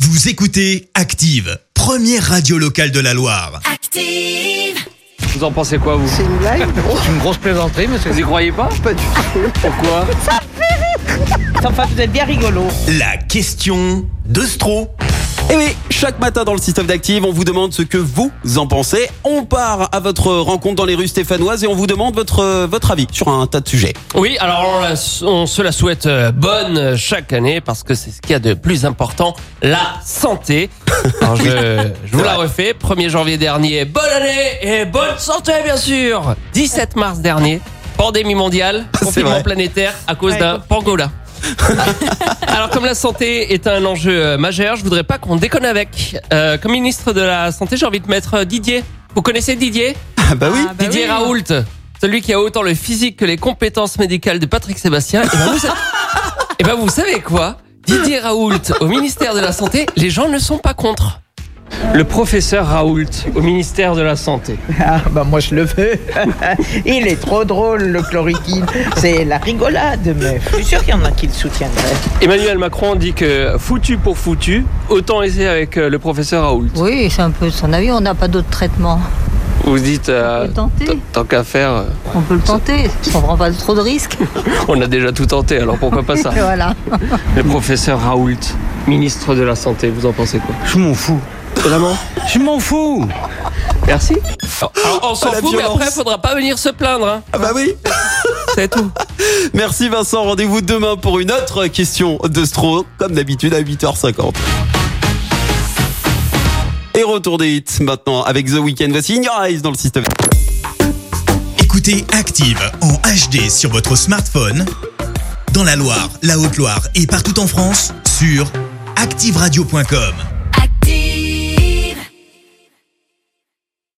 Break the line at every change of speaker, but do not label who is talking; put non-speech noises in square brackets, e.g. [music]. Vous écoutez Active, première radio locale de la Loire.
Active.
Vous en pensez quoi, vous
C'est une blague
C'est une grosse plaisanterie, monsieur. Vous y croyez pas
Pas du tout.
Pourquoi
Enfin, vous êtes bien rigolo.
La question de Stro.
Et oui, chaque matin dans le système d'Active, on vous demande ce que vous en pensez. On part à votre rencontre dans les rues stéphanoises et on vous demande votre, euh, votre avis sur un tas de sujets.
Oui, alors on, la- on se la souhaite euh, bonne euh, chaque année parce que c'est ce qu'il y a de plus important, la [laughs] santé. Alors, je, je vous la refais, 1er janvier dernier, bonne année et bonne santé bien sûr 17 mars dernier, pandémie [laughs] mondiale,
C'est
confinement
vrai.
planétaire à cause
Ouais,
d'un pangolin. [laughs] Alors comme la santé est un enjeu euh, majeur, je voudrais pas qu'on déconne avec. Euh, comme ministre de la Santé, j'ai envie de mettre euh, Didier. Vous connaissez Didier
Ah bah oui,
Ah bah
Didier
oui.
Raoult, celui qui a autant le physique que les compétences médicales de Patrick Sébastien. Et ben vous, sa- [laughs] Eh ben vous savez quoi Didier Raoult au ministère de la Santé, les gens ne sont pas contre. Le professeur Raoult au ministère de la Santé.
Ah, bah moi je le veux. [laughs] Il est trop drôle, le chloroquine. C'est la rigolade, mais je suis sûr qu'il y en a qui le soutiendraient.
Emmanuel Macron dit que foutu pour foutu, autant essayer avec euh, le professeur Raoult.
Oui, c'est un peu son avis. On n'a pas d'autre traitement.
Vous dites, euh,
On peut le tenter.
tant qu'à faire, euh,
On peut le tenter. On prend pas trop de risques.
on a déjà tout tenté, alors pourquoi pas
[laughs]
ça
Voilà.
Le professeur Raoult, ministre de la Santé, vous en pensez quoi
Je m'en fous.
Vraiment
Je m'en fous.
Merci. Ah, on s'en
Oh, la
fout, mais
violence.
après, faudra pas venir se plaindre. Hein.
ah bah oui.
C'est tout.
Merci Vincent, rendez-vous demain pour une autre question de Stro, comme d'habitude à 8h50. Et retour des hits maintenant avec The Weeknd. Voici In Your Eyes dans le système.
Écoutez Active en HD sur votre smartphone, dans la Loire, la Haute-Loire et partout en France, sur activeradio.com.